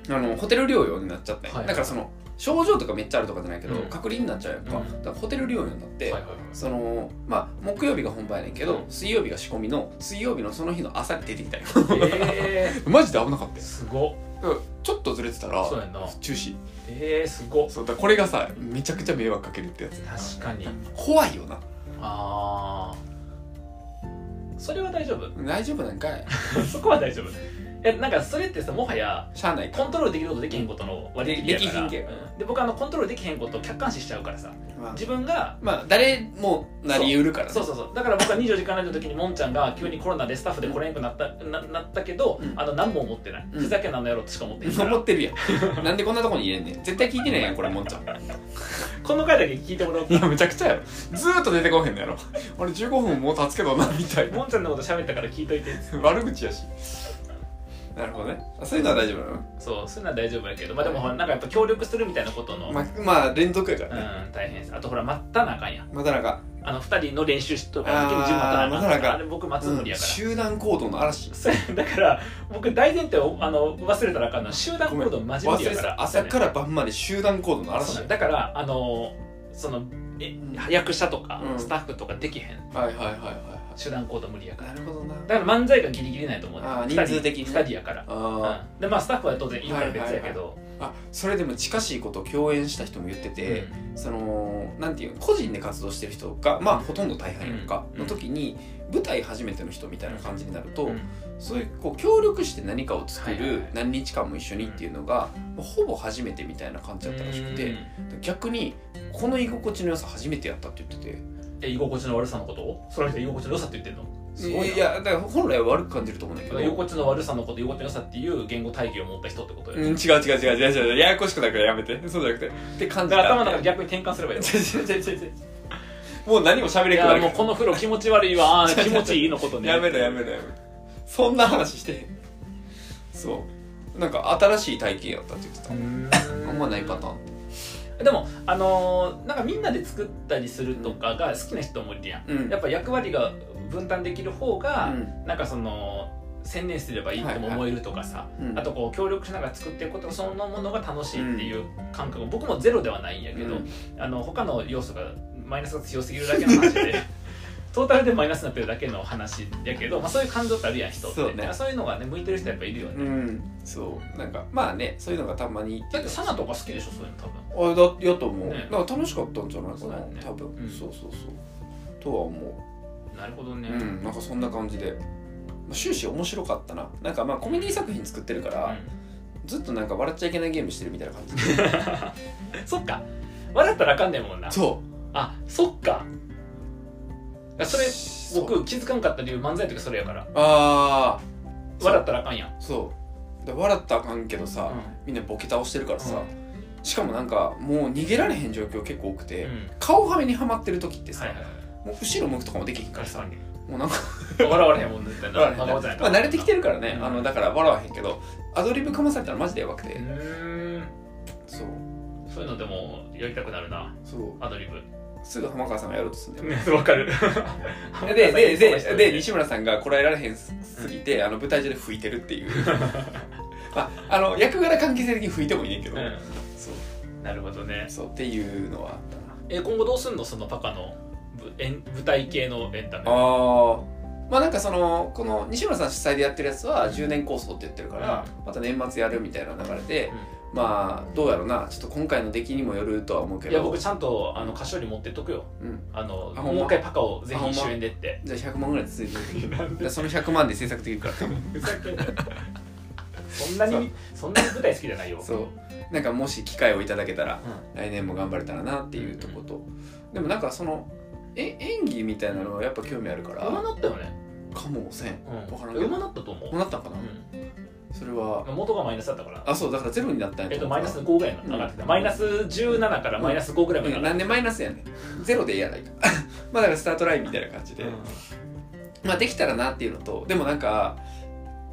[SPEAKER 2] あのホテル療養になっちゃって、
[SPEAKER 1] はい
[SPEAKER 2] だからその症状とかめっちゃあるとかじゃないけど、
[SPEAKER 1] うん
[SPEAKER 2] 隔離になっちゃうやんか,、
[SPEAKER 1] うん
[SPEAKER 2] だからホテル療養になって、
[SPEAKER 1] はいはいはい
[SPEAKER 2] そのまあ木曜日が本番やねんけ
[SPEAKER 1] う
[SPEAKER 2] ど、
[SPEAKER 1] ん
[SPEAKER 2] 水曜日が仕込みの水曜日のその日の朝に出てき たよ
[SPEAKER 1] え
[SPEAKER 2] マジで危なかった
[SPEAKER 1] ー、
[SPEAKER 2] よ
[SPEAKER 1] すごっ
[SPEAKER 2] うんちょっとずれてたら
[SPEAKER 1] そうやんな
[SPEAKER 2] 中止
[SPEAKER 1] えー、すごっ
[SPEAKER 2] そうだからこれがさめちゃくちゃ迷惑かけるってやつ
[SPEAKER 1] 確かに
[SPEAKER 2] 怖いよな
[SPEAKER 1] ああそれは大丈夫
[SPEAKER 2] 大丈夫なんかい
[SPEAKER 1] そこは大丈夫えなんかそれってさもはや
[SPEAKER 2] しゃあないか
[SPEAKER 1] コントロールできることできへんことの割り切りやから
[SPEAKER 2] でできひんけ
[SPEAKER 1] うんで僕あのコントロールできへんことを客観視しちゃうからさ
[SPEAKER 2] まあ
[SPEAKER 1] 自分が
[SPEAKER 2] まあ誰もなりうるからね
[SPEAKER 1] そうそうそうだから僕は24時間ラジオの時にもんちゃんが急にコロナでスタッフで来れんくなったななったけど、
[SPEAKER 2] うん
[SPEAKER 1] あの何も思ってない、
[SPEAKER 2] うん
[SPEAKER 1] ふざけんなのやろうとしか思ってないから
[SPEAKER 2] 思ってるやんなんでこんなとこに入れんねん絶対聞いてないやんこれもんちゃんい
[SPEAKER 1] この回だけ聞いてもらおうか
[SPEAKER 2] やむちゃくちゃやろずーっと出てこへんのやろ俺15分もう経つけどなみたいな
[SPEAKER 1] もんちゃんのこと喋ったから聞いといて
[SPEAKER 2] 悪口やしなるほどねあそういうのは大丈夫なの
[SPEAKER 1] そうそういうのは大丈夫やけどまあでもほらなんかやっぱ協力するみたいなことの、
[SPEAKER 2] ままあ連続やからね、
[SPEAKER 1] うん大変ですあとほら待ったなあかんやん
[SPEAKER 2] またなんか、
[SPEAKER 1] あの2人の練習しとか
[SPEAKER 2] あー
[SPEAKER 1] 時待たなあかんから
[SPEAKER 2] 待たなあかん
[SPEAKER 1] あれ僕待つのりやから、
[SPEAKER 2] 集団行動の嵐
[SPEAKER 1] そう だから僕大前提をあの忘れたらあかんのは集団行動マジ無
[SPEAKER 2] 忘
[SPEAKER 1] 理
[SPEAKER 2] れ
[SPEAKER 1] や
[SPEAKER 2] て
[SPEAKER 1] か
[SPEAKER 2] た
[SPEAKER 1] ら
[SPEAKER 2] 朝から晩まで集団行動の
[SPEAKER 1] そう
[SPEAKER 2] 嵐
[SPEAKER 1] なんだからあのそのえ役者とか
[SPEAKER 2] うん
[SPEAKER 1] スタッフとかできへん、
[SPEAKER 2] はいはいはいは
[SPEAKER 1] 集団行動無理やから
[SPEAKER 2] なるほどな
[SPEAKER 1] だから漫才がギリギリないと思うね
[SPEAKER 2] あー
[SPEAKER 1] 二人
[SPEAKER 2] 人数的にね
[SPEAKER 1] 2人やから、
[SPEAKER 2] あ
[SPEAKER 1] うん、でまあスタッフは当然今から別やけど、
[SPEAKER 2] ーあそれでも近しいことを共演した人も言ってて、
[SPEAKER 1] うん
[SPEAKER 2] そのなんていうの個人で活動してる人がまあほとんど大半やんか、
[SPEAKER 1] うん
[SPEAKER 2] の時に舞台初めての人みたいな感じになると、
[SPEAKER 1] うん
[SPEAKER 2] そういうこう協力して何かを作る、
[SPEAKER 1] はいはいはい
[SPEAKER 2] 何日間も一緒にっていうのが、ほぼ初めてみたいな感じだったらしく
[SPEAKER 1] う
[SPEAKER 2] て
[SPEAKER 1] ん
[SPEAKER 2] 逆にこの居心地の良さ初めてやったって言ってて
[SPEAKER 1] え居心地の悪さのことをそれは居心地の良さって言ってんのすごいない
[SPEAKER 2] やだから本来は悪く感じると思うんだ
[SPEAKER 1] だ
[SPEAKER 2] け
[SPEAKER 1] か
[SPEAKER 2] ど
[SPEAKER 1] ら居心地の悪さのこと居心地の良さっていう言語体系を持った人ってことよ、
[SPEAKER 2] うん、違う違う違う違う違うややこしくなるからやめてそうじゃなくてって感
[SPEAKER 1] だ
[SPEAKER 2] じ
[SPEAKER 1] から頭の中
[SPEAKER 2] だ
[SPEAKER 1] で逆に転換すればいいの
[SPEAKER 2] もう何も喋れ
[SPEAKER 1] い
[SPEAKER 2] なくな
[SPEAKER 1] や
[SPEAKER 2] る
[SPEAKER 1] もうこの風呂気持ち悪いわあ ー気持ちいいのことね
[SPEAKER 2] やめろやめろやめろそんな話してへんそうなんか新しい体験やったって言ってたあんまないパターン
[SPEAKER 1] でもあのーなんかみんなで作ったりするとかが好きな人もいるやん、
[SPEAKER 2] うん
[SPEAKER 1] やっぱ役割が分担できる方が、
[SPEAKER 2] うん
[SPEAKER 1] なんかその専念すればいいとも思えるとかさ、
[SPEAKER 2] うん
[SPEAKER 1] あとこう協力しながら作っていくことそのものが楽しいっていう感覚、僕もゼロではないんやけど、
[SPEAKER 2] うん
[SPEAKER 1] あの他の要素がマイナスが強すぎるだけの話で トータルでマイナスになってるだけの話やけど、まあ、そういう感情ってあるやん人って
[SPEAKER 2] そうね
[SPEAKER 1] だからそういうのがね向いてる人やっぱいるよね、
[SPEAKER 2] うんそうなんかまあねそういうのがたまに
[SPEAKER 1] だってサナとか好きでしょそういうの多分
[SPEAKER 2] あだやと思う、
[SPEAKER 1] ね
[SPEAKER 2] なんか楽しかったんじゃないか
[SPEAKER 1] そう
[SPEAKER 2] な、
[SPEAKER 1] だよね
[SPEAKER 2] 多分、
[SPEAKER 1] うん
[SPEAKER 2] そうそうそうとは思
[SPEAKER 1] なるほど
[SPEAKER 2] う
[SPEAKER 1] ね、
[SPEAKER 2] うんなんかそんな感じでまあ終始面白かったななんかまあコメディ作品作ってるから、ずっとなんか笑っちゃいけないゲームしてるみたいな感じ
[SPEAKER 1] うん そっか笑ったらあかんねんもんな
[SPEAKER 2] そ
[SPEAKER 1] あそっかあ
[SPEAKER 2] う
[SPEAKER 1] それ
[SPEAKER 2] そう
[SPEAKER 1] 僕気づかんかった理由漫才とかそれやから
[SPEAKER 2] ああそう
[SPEAKER 1] 笑ったらあかんやん、
[SPEAKER 2] そうだ笑ったらあかんけどさ、みんなボケ倒してるからさ、しかもなんかもう逃げられへん状況結構多くて、
[SPEAKER 1] うん
[SPEAKER 2] 顔はめにはまってる時ってさ、
[SPEAKER 1] はいはいはい
[SPEAKER 2] もう後ろ向くとかもできへんから
[SPEAKER 1] 確
[SPEAKER 2] さ
[SPEAKER 1] かに
[SPEAKER 2] もうなんか
[SPEAKER 1] 笑われへんもんね絶対な
[SPEAKER 2] 笑われへ
[SPEAKER 1] 真顔
[SPEAKER 2] ん
[SPEAKER 1] じゃない
[SPEAKER 2] まあ慣れてきて
[SPEAKER 1] る
[SPEAKER 2] るからね、
[SPEAKER 1] うん
[SPEAKER 2] あのだから笑わへんけどアドリブかまされたらマジでやばくて、
[SPEAKER 1] うーん
[SPEAKER 2] そう
[SPEAKER 1] そういうのでもやりたくなるな
[SPEAKER 2] そう
[SPEAKER 1] アドリブ
[SPEAKER 2] すぐ浜川さんがやろうとするんだよ、ね
[SPEAKER 1] わ かる
[SPEAKER 2] でででで
[SPEAKER 1] 西
[SPEAKER 2] 西村さんがこらえられへんすぎて、あの舞台上で吹いてるっていうまああの役柄関係性的に吹いてもいいね んけど、そう
[SPEAKER 1] なるほどね
[SPEAKER 2] そうっていうのはあったな
[SPEAKER 1] え今後どうすんのそのパカのぶえん舞台系のエンタメ
[SPEAKER 2] ああまあなんかそのこの西村さん主催でやってるやつは10年構想って言ってるから、また年末やるみたいな流れで、まあどうやろうなちょっと今回の出来にもよるとは思うけ
[SPEAKER 1] うん
[SPEAKER 2] ど
[SPEAKER 1] いや僕ちゃんとあの歌唱に持ってっとくよ
[SPEAKER 2] うん、
[SPEAKER 1] あの
[SPEAKER 2] あほ
[SPEAKER 1] も
[SPEAKER 2] んま
[SPEAKER 1] う一回パカをぜ
[SPEAKER 2] あほん
[SPEAKER 1] ひ
[SPEAKER 2] ま
[SPEAKER 1] 主演でって
[SPEAKER 2] じゃあ100万ぐらい続いてる
[SPEAKER 1] なん
[SPEAKER 2] その100万で制作できる から多分
[SPEAKER 1] ふざけんなよそんなにそんなに舞台好きじゃないよ
[SPEAKER 2] そうなんかもし機会をいただけたら
[SPEAKER 1] うん
[SPEAKER 2] 来年も頑張れたらなっていうとこと、でもなんかそのえ演技みたいなのはやっぱ興味あるから、
[SPEAKER 1] 馬なったよね
[SPEAKER 2] かもせんわからんけ
[SPEAKER 1] うん
[SPEAKER 2] ど
[SPEAKER 1] 馬なったと思
[SPEAKER 2] こう
[SPEAKER 1] う
[SPEAKER 2] なったんかな、
[SPEAKER 1] うん
[SPEAKER 2] それは
[SPEAKER 1] 元がマイナスだったから
[SPEAKER 2] あそうだからゼロになったんや
[SPEAKER 1] えっと、
[SPEAKER 2] 思
[SPEAKER 1] マイ
[SPEAKER 2] うか
[SPEAKER 1] ナ
[SPEAKER 2] ら
[SPEAKER 1] ス5ぐらいの上がってた、マイナス17からマイナス5ぐらいまで
[SPEAKER 2] う
[SPEAKER 1] 上
[SPEAKER 2] ん
[SPEAKER 1] がっ
[SPEAKER 2] なんでマイナスやねんゼロでやないかまあだからスタートラインみたいな感じ
[SPEAKER 1] て
[SPEAKER 2] で、
[SPEAKER 1] て、
[SPEAKER 2] まあ、できたらなっていうのとでもなんか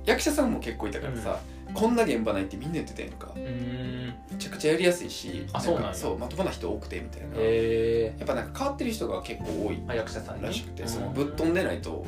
[SPEAKER 2] 役者さんも結構いたからさ、こんな現場ないってみんな言ってたやんか
[SPEAKER 1] うーん
[SPEAKER 2] めちゃくちゃやりやすいし
[SPEAKER 1] あそうなんや
[SPEAKER 2] かそうまともな人多くてみたいな、
[SPEAKER 1] え
[SPEAKER 2] やっぱなんか変わってる人が結構多い
[SPEAKER 1] ー、あ役者さんに
[SPEAKER 2] らしくて、
[SPEAKER 1] うん
[SPEAKER 2] そのぶっ飛んでないと、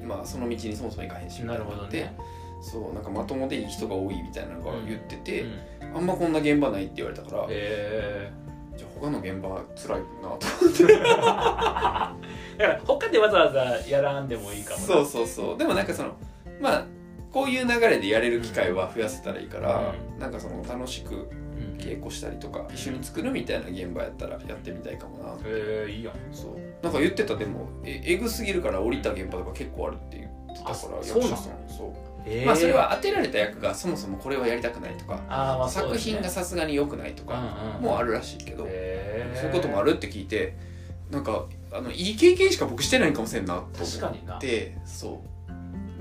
[SPEAKER 1] うん
[SPEAKER 2] まあ、その道にそもそも行かへんし
[SPEAKER 1] うんなるほどね、
[SPEAKER 2] そうなんかまともでいい人が多いみたいなのが言ってて、
[SPEAKER 1] うん
[SPEAKER 2] あんまこんな現場ないって言われたから、
[SPEAKER 1] え
[SPEAKER 2] じゃあ他の現場辛いなと
[SPEAKER 1] ー、だから他でわざわざやらんでもいいかもな
[SPEAKER 2] そうそうそうでもなんかそのまあこういう流れでやれる機会は増やせたらいいから、なんかその楽しく
[SPEAKER 1] うん
[SPEAKER 2] 稽古したりとか一緒に作るみたいな現場やったらやってみたいかもな
[SPEAKER 1] えー、いいやん
[SPEAKER 2] そうなんか言ってたでもええぐすぎるから降りた現場とか結構あるって言ってたから
[SPEAKER 1] あそう
[SPEAKER 2] 役者
[SPEAKER 1] そ
[SPEAKER 2] さんそう、
[SPEAKER 1] え
[SPEAKER 2] まあそれは当てられた役がそもそもこれはやりたくないとか、
[SPEAKER 1] あー、まあそう
[SPEAKER 2] 作
[SPEAKER 1] ですね、
[SPEAKER 2] 品がさすがに良くないとかもあるらしいけ
[SPEAKER 1] うんう
[SPEAKER 2] ど、
[SPEAKER 1] んえー、
[SPEAKER 2] そういうこともあるって聞いてなんかあのいい経験しか僕してないんかもしれんなと
[SPEAKER 1] 確
[SPEAKER 2] 思
[SPEAKER 1] か
[SPEAKER 2] っ
[SPEAKER 1] にな
[SPEAKER 2] てそう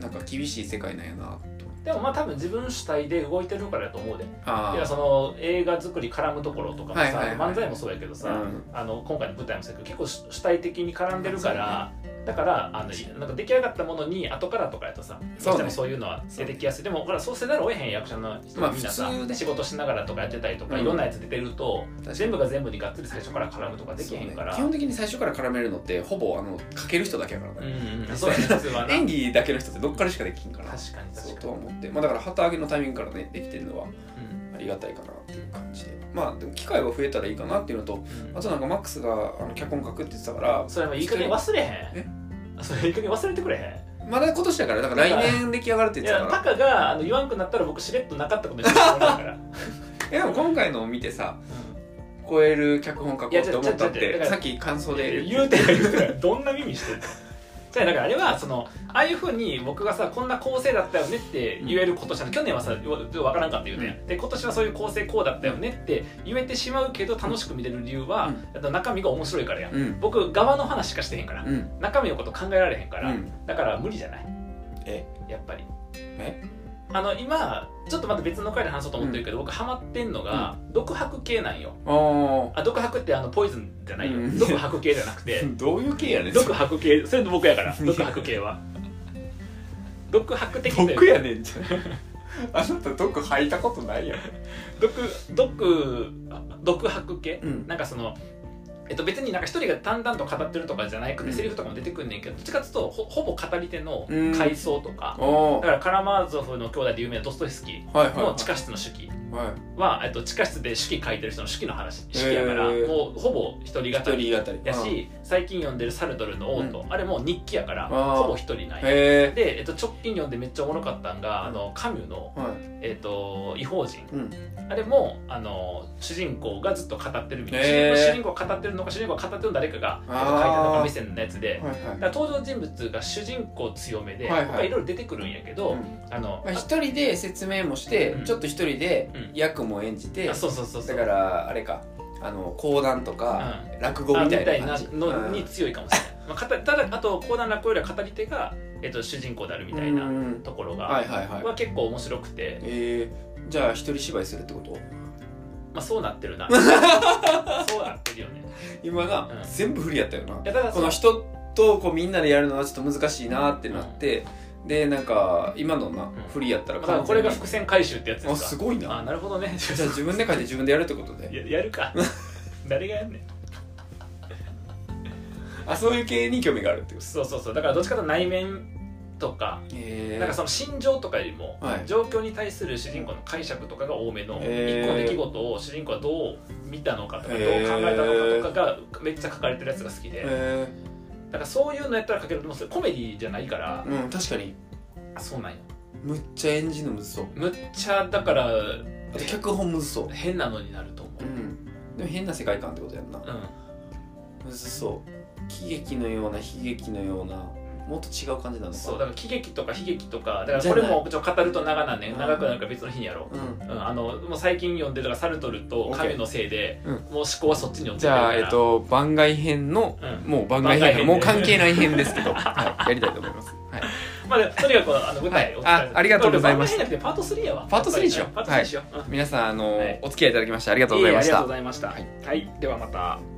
[SPEAKER 2] なんか厳しい世界なんやなと
[SPEAKER 1] でもまあ多分自分主体で動いてるからやと思うで
[SPEAKER 2] あ
[SPEAKER 1] いやその映画作り絡むところとかもさ、
[SPEAKER 2] はいはいはい
[SPEAKER 1] 漫才もそうやけどさ、
[SPEAKER 2] うん
[SPEAKER 1] あの今回の舞台もそうやけど結構主体的に絡んでるから、だからあのいなんか出来上がったものに後からとかやとさど
[SPEAKER 2] そううね
[SPEAKER 1] してもそういうのは出てきやすい、でもほらそうせざるを得へん役者の人
[SPEAKER 2] まあ
[SPEAKER 1] みんなさ、
[SPEAKER 2] 普通ね
[SPEAKER 1] 仕事しながらとかやってたりとか、
[SPEAKER 2] うん
[SPEAKER 1] いろんなやつ出てると
[SPEAKER 2] 確かに
[SPEAKER 1] 全部が全部にがっつり最初から絡むとかできへんから
[SPEAKER 2] そうね基本的に最初から絡めるのってほぼあのかける人だけやから
[SPEAKER 1] う
[SPEAKER 2] ね、
[SPEAKER 1] ん、うん、そうやね普通はな
[SPEAKER 2] 演技だけの人ってどっからしかできひんから
[SPEAKER 1] 確かに確
[SPEAKER 2] そう
[SPEAKER 1] か
[SPEAKER 2] とは思ってまあだから旗揚げのタイミングからねできてるのは
[SPEAKER 1] に、うん
[SPEAKER 2] ありがたいかなっていう感じでまあでも機会は増えたらいいかなっていうのと
[SPEAKER 1] うん
[SPEAKER 2] あとなんかマックスがあの脚本書くって言ってたから
[SPEAKER 1] それもいい加減忘れへんそれいい加減忘れてくれへ
[SPEAKER 2] まだ今年だからだから来年出来上がるって
[SPEAKER 1] んい
[SPEAKER 2] 言って
[SPEAKER 1] や
[SPEAKER 2] たから
[SPEAKER 1] タカがあの言わんくなったら僕しれっとなかったことにしてもらうから、
[SPEAKER 2] えでも今回のを見てさ超える脚本書こうって思った
[SPEAKER 1] いやちょちょ
[SPEAKER 2] っ
[SPEAKER 1] ちょだか
[SPEAKER 2] て
[SPEAKER 1] ら
[SPEAKER 2] さっき感想で
[SPEAKER 1] 言うてない言うてないどんな耳 してるのじゃあだからあれはそのああいうふうに僕がさこんな構成だったよねって言えることじゃん去年はさ分からんかったよね、で今年はそういう構成こうだったよねって言えてしまうけど楽しく見れる理由は、あと中身が面白いからやん、
[SPEAKER 2] うん
[SPEAKER 1] 僕側の話しかしてへんから、
[SPEAKER 2] うん
[SPEAKER 1] 中身のこと考えられへんか
[SPEAKER 2] う
[SPEAKER 1] ら、
[SPEAKER 2] ん
[SPEAKER 1] だから無理じゃない
[SPEAKER 2] え
[SPEAKER 1] やっぱり
[SPEAKER 2] え
[SPEAKER 1] あの今ちょっとまた別の回で話そうと思ってるけど、僕ハマってんのが、独白系なんよ
[SPEAKER 2] あー
[SPEAKER 1] あ独白ってあのポイズンじゃないよ、
[SPEAKER 2] うん
[SPEAKER 1] 独白系じゃなくて
[SPEAKER 2] どういう系やねん
[SPEAKER 1] 独白系それ僕や から
[SPEAKER 2] いや
[SPEAKER 1] 独白系は独白的というか
[SPEAKER 2] 毒やねんじゃん あなた毒吐いたことないやん
[SPEAKER 1] 独独あ独白系、
[SPEAKER 2] うん
[SPEAKER 1] なんかそのえっと、別になんか一人が淡々と語ってるとかじゃなくて、
[SPEAKER 2] うん
[SPEAKER 1] セリフとかも出てくんねんけどどっちかっていうとほほぼ語り手の
[SPEAKER 2] うん
[SPEAKER 1] 回想とか、
[SPEAKER 2] お
[SPEAKER 1] だからカラマーゾフの兄弟で有名なドストエフスキー
[SPEAKER 2] はいはい
[SPEAKER 1] の地下室の手記
[SPEAKER 2] はい
[SPEAKER 1] は、えっと、地下室で手記書いてる人の手記の話手記やから、
[SPEAKER 2] へー
[SPEAKER 1] もうほぼ一人語
[SPEAKER 2] 一
[SPEAKER 1] り
[SPEAKER 2] 人語り
[SPEAKER 1] やし、最近読んでるサルトルの「オート」あれもう日記やから
[SPEAKER 2] あー
[SPEAKER 1] ほぼ一人ない
[SPEAKER 2] へえ
[SPEAKER 1] で、えっと、直近読んでめっちゃおもろかったんが、あのカミュの、
[SPEAKER 2] はい
[SPEAKER 1] えっと「異邦人
[SPEAKER 2] うん」
[SPEAKER 1] あれもあの主人公がずっと語ってるみたいな、
[SPEAKER 2] へー
[SPEAKER 1] 主人公が語ってるのか主人公が語ってるの誰かが、えっと、書い
[SPEAKER 2] あー
[SPEAKER 1] たのか目線のやつで。
[SPEAKER 2] はい
[SPEAKER 1] だから登場人物が主人公強めで、
[SPEAKER 2] はいはい
[SPEAKER 1] 他いろいろ出てくるんやけど、
[SPEAKER 2] うん
[SPEAKER 1] あの、
[SPEAKER 2] まあ一人で説明もして
[SPEAKER 1] うん
[SPEAKER 2] ちょっと一人で
[SPEAKER 1] うん
[SPEAKER 2] 役も演じて
[SPEAKER 1] あそうそうそうそ
[SPEAKER 2] だ
[SPEAKER 1] う
[SPEAKER 2] からあれかあの講談とか
[SPEAKER 1] うん
[SPEAKER 2] 落語
[SPEAKER 1] あ
[SPEAKER 2] み
[SPEAKER 1] み
[SPEAKER 2] た
[SPEAKER 1] た
[SPEAKER 2] い
[SPEAKER 1] い
[SPEAKER 2] な
[SPEAKER 1] な
[SPEAKER 2] 感じ
[SPEAKER 1] のに強いかもしれない、まあ、語りただあと講談落語よりは語り手が、えっと、主人公であるみたい
[SPEAKER 2] うん
[SPEAKER 1] な
[SPEAKER 2] うんうん
[SPEAKER 1] ところが、
[SPEAKER 2] はいはいはい
[SPEAKER 1] は結構面白くて、
[SPEAKER 2] えー、じゃあ一人芝居するってこと
[SPEAKER 1] まあ、そうなってる なそうなってるよね
[SPEAKER 2] 今が
[SPEAKER 1] うん
[SPEAKER 2] 全部不利やったよな、
[SPEAKER 1] いやだから
[SPEAKER 2] こ
[SPEAKER 1] そ
[SPEAKER 2] の人とこうみんなでやるのはちょっと難しいなってなって、でなんか今のな不利やったら
[SPEAKER 1] まあだからこれが伏
[SPEAKER 2] 線
[SPEAKER 1] 線回収ってやつで
[SPEAKER 2] あ
[SPEAKER 1] す
[SPEAKER 2] す
[SPEAKER 1] か
[SPEAKER 2] ごい
[SPEAKER 1] あ
[SPEAKER 2] な
[SPEAKER 1] なるほどね
[SPEAKER 2] じゃあ自分で書いて自分でやるってことで
[SPEAKER 1] ややるか 誰がやんねん
[SPEAKER 2] あそういう系に興味があるってこと
[SPEAKER 1] そうそうそうだからどっちかというと内面とか
[SPEAKER 2] へえ
[SPEAKER 1] なんかその心情とかよりも、
[SPEAKER 2] はい
[SPEAKER 1] 状況に対する主人公の解釈とかが多めの一
[SPEAKER 2] へー
[SPEAKER 1] 個の出来事を主人公はどう見たのかとかどう考
[SPEAKER 2] へ
[SPEAKER 1] え
[SPEAKER 2] ー
[SPEAKER 1] たのかとかがめっちゃ書かれてるやつが好きでだ
[SPEAKER 2] へ
[SPEAKER 1] からそういうのやったら書けると思うんですけどコメディじゃないから
[SPEAKER 2] えうん確かに
[SPEAKER 1] あそうなんよ
[SPEAKER 2] むっちゃ演じるのむずそう
[SPEAKER 1] むっちゃだから
[SPEAKER 2] あと脚本むずそう
[SPEAKER 1] 変なのになると思う、
[SPEAKER 2] うんでも変な世界観ってことやんな
[SPEAKER 1] うん
[SPEAKER 2] むずそう喜劇のような悲劇のようなもっと違う感じなのかな
[SPEAKER 1] そうだから喜劇とか悲劇とかだから
[SPEAKER 2] じゃ
[SPEAKER 1] こ
[SPEAKER 2] な
[SPEAKER 1] れ
[SPEAKER 2] い
[SPEAKER 1] もちょっと語ると長なんね
[SPEAKER 2] うん
[SPEAKER 1] 長くなるから別の日にやろ
[SPEAKER 2] うん
[SPEAKER 1] う、うん、あのもう最近読んでるのがサルトルと神のせいで、
[SPEAKER 2] うん
[SPEAKER 1] もう思考はそっちに寄って
[SPEAKER 2] じ
[SPEAKER 1] るから
[SPEAKER 2] ゃあ、えっと、番外編の、
[SPEAKER 1] うん
[SPEAKER 2] もう番
[SPEAKER 1] 番
[SPEAKER 2] 外編
[SPEAKER 1] 外編で
[SPEAKER 2] もう関係ない編です けど、はい、やりたいと思います。はい、
[SPEAKER 1] まあでもとにかくあの舞台お疲れ様
[SPEAKER 2] あありがとうございまし
[SPEAKER 1] これ番組じ
[SPEAKER 2] た
[SPEAKER 1] ゃなくてパート3やわ
[SPEAKER 2] パート3にしよう
[SPEAKER 1] パート3にしよう、うん
[SPEAKER 2] 皆さん、あの、
[SPEAKER 1] はい
[SPEAKER 2] お付き合いいただきましてありがとう
[SPEAKER 1] い
[SPEAKER 2] ご
[SPEAKER 1] え
[SPEAKER 2] ざい
[SPEAKER 1] いえあり
[SPEAKER 2] まし
[SPEAKER 1] がとう
[SPEAKER 2] た
[SPEAKER 1] ご。ざいました
[SPEAKER 2] はい
[SPEAKER 1] はい、ではまた